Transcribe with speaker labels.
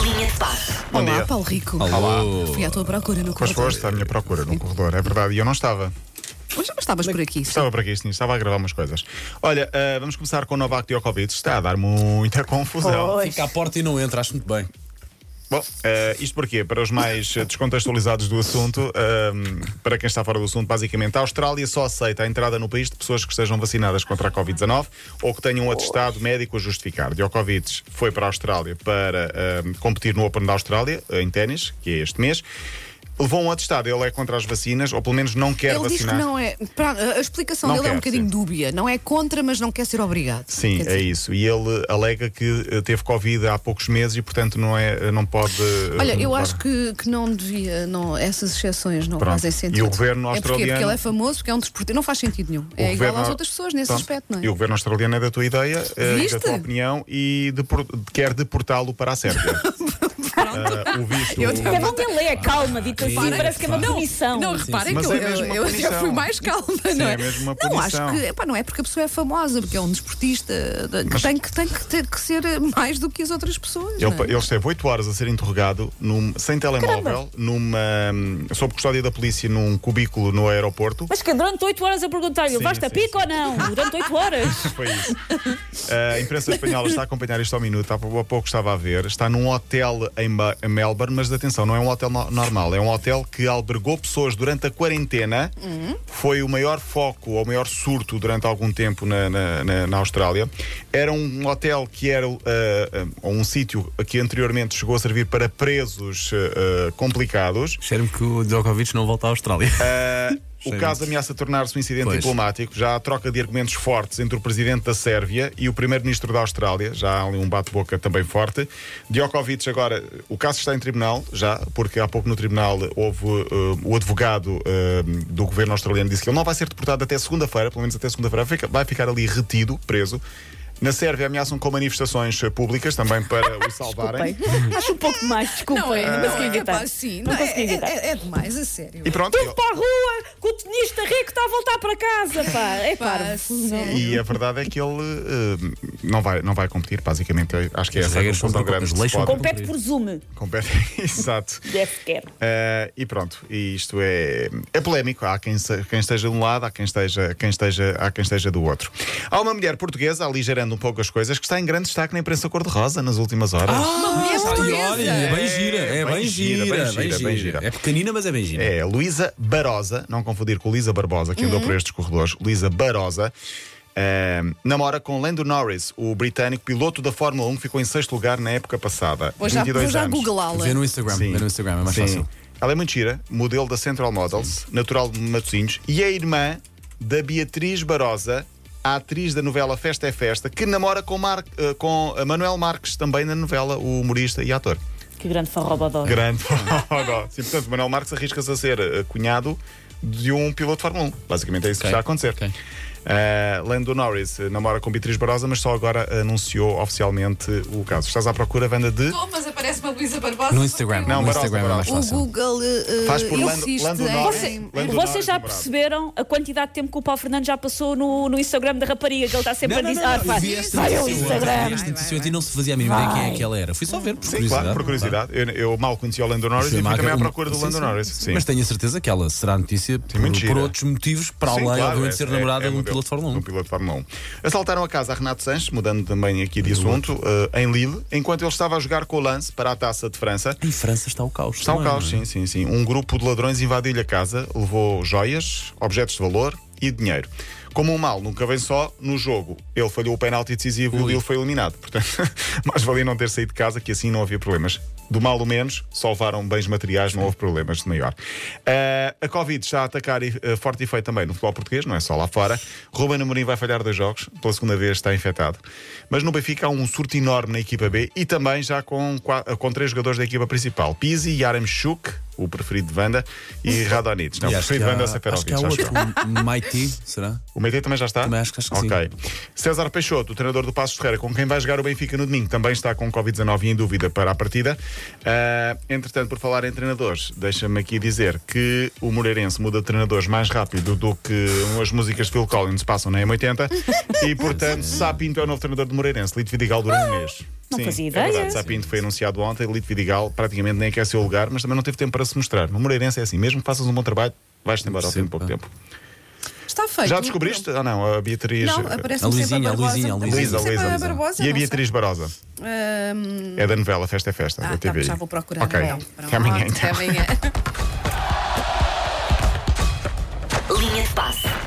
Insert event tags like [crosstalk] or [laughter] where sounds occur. Speaker 1: Linha de passe.
Speaker 2: Bom
Speaker 3: Olá,
Speaker 2: dia.
Speaker 3: Paulo Rico.
Speaker 2: Olá.
Speaker 3: Fui à tua procura no
Speaker 2: Pois
Speaker 3: corredor.
Speaker 2: foste à minha procura no corredor, é verdade. E eu não estava.
Speaker 3: Mas mas estavas por aqui.
Speaker 2: Estava para aqui, sim, estava a gravar umas coisas. Olha, ah, vamos começar com o Novak Djokovic. Está a dar muita confusão.
Speaker 1: Pois.
Speaker 4: Fica à porta e não entra, acho muito bem.
Speaker 2: Bom, eh, isto porquê? Para os mais eh, descontextualizados do assunto, ehm, para quem está fora do assunto, basicamente, a Austrália só aceita a entrada no país de pessoas que estejam vacinadas contra a Covid-19 ou que tenham um atestado médico a justificar. Djokovic foi para a Austrália para ehm, competir no Open da Austrália, eh, em ténis, que é este mês. Levou um atestado, ele é contra as vacinas, ou pelo menos não quer
Speaker 3: Ele diz que
Speaker 2: vacinar.
Speaker 3: não é. pra- a explicação
Speaker 2: Não
Speaker 3: dele é um
Speaker 2: quer,
Speaker 3: bocadinho
Speaker 2: sim.
Speaker 3: dúbia. Não é contra, mas não quer ser obrigado.
Speaker 2: Sim,
Speaker 3: Quer
Speaker 2: é
Speaker 3: dizer,
Speaker 2: isso. E ele alega que eh, teve Covid há poucos meses e, portanto, não, é, não pode. eh,
Speaker 3: Olha, eu
Speaker 2: levar.
Speaker 3: acho que, que não devia, não, essas exceções não
Speaker 2: Pronto.
Speaker 3: fazem
Speaker 2: E
Speaker 3: sentido.
Speaker 2: o governo
Speaker 3: É porque,
Speaker 2: australiano-
Speaker 3: porque ele é famoso, porque é um desportista. Não faz sentido nenhum.
Speaker 2: O
Speaker 3: é igual
Speaker 2: governo-
Speaker 3: às outras pessoas nesse
Speaker 2: Pronto.
Speaker 3: aspecto, não é?
Speaker 2: E o governo australiano é da tua ideia, eh,
Speaker 3: Viste?
Speaker 2: da tua opinião e depor- quer deportá-lo para a
Speaker 3: [laughs]
Speaker 2: Sérvia. Ah, o visto.
Speaker 3: Eu também.
Speaker 1: É bom que ele leia, calma, dito assim,
Speaker 4: Para,
Speaker 1: parece que é uma
Speaker 4: para.
Speaker 1: punição.
Speaker 3: Não, reparem
Speaker 2: sim.
Speaker 3: que
Speaker 2: Mas
Speaker 3: eu,
Speaker 2: é mesmo
Speaker 3: eu-
Speaker 2: uma
Speaker 3: eu até
Speaker 2: punição.
Speaker 3: fui mais calma, não é?
Speaker 2: é mesmo uma
Speaker 3: não, acho
Speaker 2: punição.
Speaker 3: que epá, não é porque a pessoa é famosa, porque é um desportista de- que, tem, que tem que ter que ser mais do que as outras pessoas.
Speaker 2: Ele,
Speaker 3: não é?
Speaker 2: ele esteve 8 horas a ser interrogado num- sem telemóvel, numa, hum, sob custódia da polícia, num cubículo no aeroporto.
Speaker 1: Mas que durante 8 horas eu perguntei-lhe,
Speaker 2: Sim,
Speaker 1: vais-te a
Speaker 2: sim,
Speaker 1: pica
Speaker 2: sim.
Speaker 1: ou não? Durante 8
Speaker 3: [laughs]
Speaker 1: horas.
Speaker 2: Foi isso. A imprensa espanhola está a acompanhar isto ao minuto, há pou- há pouco estava a ver. Está num hotel em Ma- em Melbourne, mas atenção, não é um hotel no- normal, é um hotel que albergou pessoas durante a quarentena. Foi o maior foco, ou o maior surto durante algum tempo na, na- na- na Austrália. Era um hotel que era uh, uh, um sítio que anteriormente chegou a servir para presos uh, uh, complicados.
Speaker 4: Cheiro-me que o Djokovic não volta à Austrália.
Speaker 2: Uh, o
Speaker 4: Sim.
Speaker 2: caso ameaça tornar-se um incidente
Speaker 4: Pois.
Speaker 2: diplomático. Já há troca de argumentos fortes entre o presidente da Sérvia e o primeiro-ministro da Austrália. Já há ali um bate-boca também forte. Djokovic, agora, o caso está em tribunal, já, porque há pouco no tribunal houve uh, o advogado uh, do governo australiano disse que ele não vai ser deportado até segunda-feira, pelo menos até segunda-feira, fica- vai ficar ali retido, preso. Na Sérvia ameaçam com manifestações uh, públicas também para o salvarem.
Speaker 1: Bem, acho um pouco demais, desculpa.
Speaker 3: Não é,
Speaker 1: não
Speaker 3: não
Speaker 1: consegui
Speaker 3: é,
Speaker 1: evitar.
Speaker 3: epá, sim, não, é,
Speaker 1: consegui evitar.
Speaker 3: é, é demais, a sério.
Speaker 2: E pronto.
Speaker 1: Tudo para a rua, que o tenista rico está a voltar para casa, pá. É
Speaker 3: Pá,
Speaker 1: parvo.
Speaker 3: sério.
Speaker 2: E a verdade é que ele eh, não, vai, não vai competir, basicamente. Eu Acho que é
Speaker 4: As
Speaker 2: essa a
Speaker 4: regras são
Speaker 2: conclusão
Speaker 4: para-
Speaker 2: grande.
Speaker 4: as
Speaker 2: que se
Speaker 4: leis são
Speaker 2: pode-
Speaker 4: para-
Speaker 1: Compete por Zoom.
Speaker 4: um
Speaker 2: Compete. [laughs] Exato.
Speaker 1: Deve quer.
Speaker 2: Eh, e pronto, e isto é, é polémico. Há quem, se- quem esteja de um lado, há quem esteja, quem esteja, há quem esteja do outro. Há uma mulher portuguesa, aligerando um pouco as coisas, que está em grande destaque na imprensa cor-de-rosa nas últimas horas.
Speaker 4: Ah,
Speaker 3: mulher
Speaker 4: está aí,
Speaker 3: portuguesa.
Speaker 4: olha, é bem gira, é bem gira, bem gira, bem gira. É pequenina, mas é bem gira.
Speaker 2: É Luísa Barosa, não confundir com Luísa Barbosa, que andou
Speaker 3: Uhum.
Speaker 2: por estes corredores. Luísa Barosa. ehm, namora com Lando Norris, o britânico piloto da Fórmula 1 que ficou em sexto lugar na época passada.
Speaker 3: Vou já,
Speaker 2: 22
Speaker 3: vou já
Speaker 2: anos.
Speaker 3: googlá-la.
Speaker 4: Vê no Instagram, vê no Instagram, é mais
Speaker 2: Sim.
Speaker 4: fácil.
Speaker 2: Ela é muito gira, modelo da Central Models, natural de Matosinhos, e é irmã da Beatriz Barosa, a atriz da novela Festa é Festa, que namora com, Mar eh, com Manuel Marques, também na novela, o humorista e ator.
Speaker 1: Que grande farrobador.
Speaker 2: Grande [laughs] Forró. Sim, portanto, Manuel Marques arrisca-se a ser eh, cunhado de um piloto de Fórmula 1. Basicamente é isso que está
Speaker 4: Ok,
Speaker 2: a acontecer.
Speaker 4: ok.
Speaker 2: Eh, Lando Norris eh, namora com Beatriz Barosa, mas só agora anunciou oficialmente o caso. Estás à procura, Wanda, de.
Speaker 3: Bom, mas aparece uma Luísa Barbosa.
Speaker 4: No Instagram,
Speaker 2: Não,
Speaker 4: no
Speaker 2: Barosa,
Speaker 4: Instagram é mais
Speaker 2: Barosa.
Speaker 3: O
Speaker 4: fácil.
Speaker 3: Google eh,
Speaker 2: Faz por Lando-
Speaker 3: insiste
Speaker 2: Lando
Speaker 3: em-
Speaker 2: Norris.
Speaker 3: em-
Speaker 2: Lando Norris.
Speaker 1: Vocês já
Speaker 2: namorado.
Speaker 1: perceberam a quantidade de tempo que o Paulo Fernando já passou no, no Instagram da rapariga, que ele está sempre
Speaker 4: Não, não,
Speaker 1: a dizer.
Speaker 4: não,
Speaker 1: Ah,
Speaker 4: eu
Speaker 1: pá,
Speaker 4: vi esta
Speaker 1: vai ao
Speaker 4: notícia ontem,
Speaker 1: Instagram.
Speaker 4: vi esta notícia ontem e não se fazia a mínima ideia quem é que ela era. Fui só ver, por
Speaker 2: Sim, claro,
Speaker 4: curiosidade.
Speaker 2: por curiosidade. Eu, eu mal conheci o Lando Norris
Speaker 4: Foi
Speaker 2: e
Speaker 4: uma
Speaker 2: fui também à
Speaker 4: uma-
Speaker 2: procura do
Speaker 4: sim,
Speaker 2: Lando
Speaker 4: sim,
Speaker 2: Norris.
Speaker 4: sim.
Speaker 2: Sim.
Speaker 4: Mas tenho a certeza que ela será notícia por,
Speaker 2: muito gira.
Speaker 4: por outros motivos, para
Speaker 2: Sim,
Speaker 4: além,
Speaker 2: claro, é-
Speaker 4: obviamente, de ser
Speaker 2: é-
Speaker 4: namorada
Speaker 2: é
Speaker 4: de um
Speaker 2: modelo-
Speaker 4: piloto de Fórmula
Speaker 2: de
Speaker 4: 1.
Speaker 2: um piloto de Fórmula 1. Assaltaram a casa a Renato Sanches, mudando também aqui de assunto, eh, em Lille, enquanto ele estava a jogar com o lance para a taça de França.
Speaker 4: Em França está o caos.
Speaker 2: Está o
Speaker 4: também,
Speaker 2: caos,
Speaker 4: não é?
Speaker 2: sim, sim, sim. Um grupo de ladrões invadiu-lhe a casa, levou joias, objetos de valor e dinheiro. Como um mal nunca vem só, no jogo ele falhou o penalti decisivo e o Lille foi eliminado. Portanto, [laughs] mais valia não ter saído de casa, que assim não havia problemas. Do mal ou menos, só levaram bens materiais, não houve problemas de maior. Ah, a Covid está a atacar e, ah, forte efeito também no futebol português, não é só lá fora. Ruben Amorim vai falhar dois jogos, pela segunda vez está infectado. Mas no Benfica há um surto enorme na equipa B e também já com, qua- com três jogadores da equipa principal: Pizzi, Yaramchuk, o preferido de Vanda, e Radonits. Não, o
Speaker 4: E acho que
Speaker 2: preferido de Vanda é
Speaker 4: há- acho que
Speaker 2: Seferovic.
Speaker 4: há
Speaker 2: acho
Speaker 4: outro,
Speaker 2: eu.
Speaker 4: um Maiti, será?
Speaker 2: O Meite também já está?
Speaker 4: Também acho que- acho que sim.
Speaker 2: Ok. César Peixoto, o treinador do Passos Ferreira, com quem vai jogar o Benfica no domingo, também está com Covid-19 e em dúvida para a partida. Ah, entretanto, por falar em treinadores, deixa-me aqui dizer que o Moreirense muda de treinadores mais rápido do que as músicas de Phil
Speaker 4: [laughs]
Speaker 2: é
Speaker 4: Ah,
Speaker 2: Collins passam na M80 e, portanto, Sapinto é o novo treinador do Moreirense, Lito Vidigal, durante um mês.
Speaker 1: não
Speaker 2: Sim,
Speaker 1: fazia
Speaker 2: É
Speaker 1: ideia.
Speaker 2: verdade, Sapinto foi anunciado ontem, Lito Vidigal praticamente nem aqueceu o lugar, mas também não teve tempo para se mostrar. No Moreirense é assim, mesmo que faças um bom trabalho, vais-te embora ao fim de
Speaker 4: Sim,
Speaker 2: pouco
Speaker 4: pá.
Speaker 2: tempo.
Speaker 3: Está feito.
Speaker 2: Já descobriste? Ah, não, a Beatriz.
Speaker 3: Não, aparece-me
Speaker 4: A
Speaker 3: sempre a
Speaker 4: Luizinha, a
Speaker 3: Barbosa.
Speaker 4: Luizinha, a
Speaker 3: Aparece-me
Speaker 2: Luísa,
Speaker 3: sempre
Speaker 2: Luísa.
Speaker 3: a
Speaker 2: E
Speaker 3: Barbosa.
Speaker 2: a
Speaker 3: não sei.
Speaker 2: Beatriz Barosa?
Speaker 3: Ahm,
Speaker 2: É da novela Festa é Festa,
Speaker 3: Ah,
Speaker 2: da
Speaker 3: tá,
Speaker 2: TV.
Speaker 3: já vou procurar.
Speaker 2: Ok,
Speaker 3: Então, pronto,
Speaker 2: até amanhã
Speaker 3: [laughs]
Speaker 2: então.
Speaker 3: Até amanhã.
Speaker 5: Linha de passe.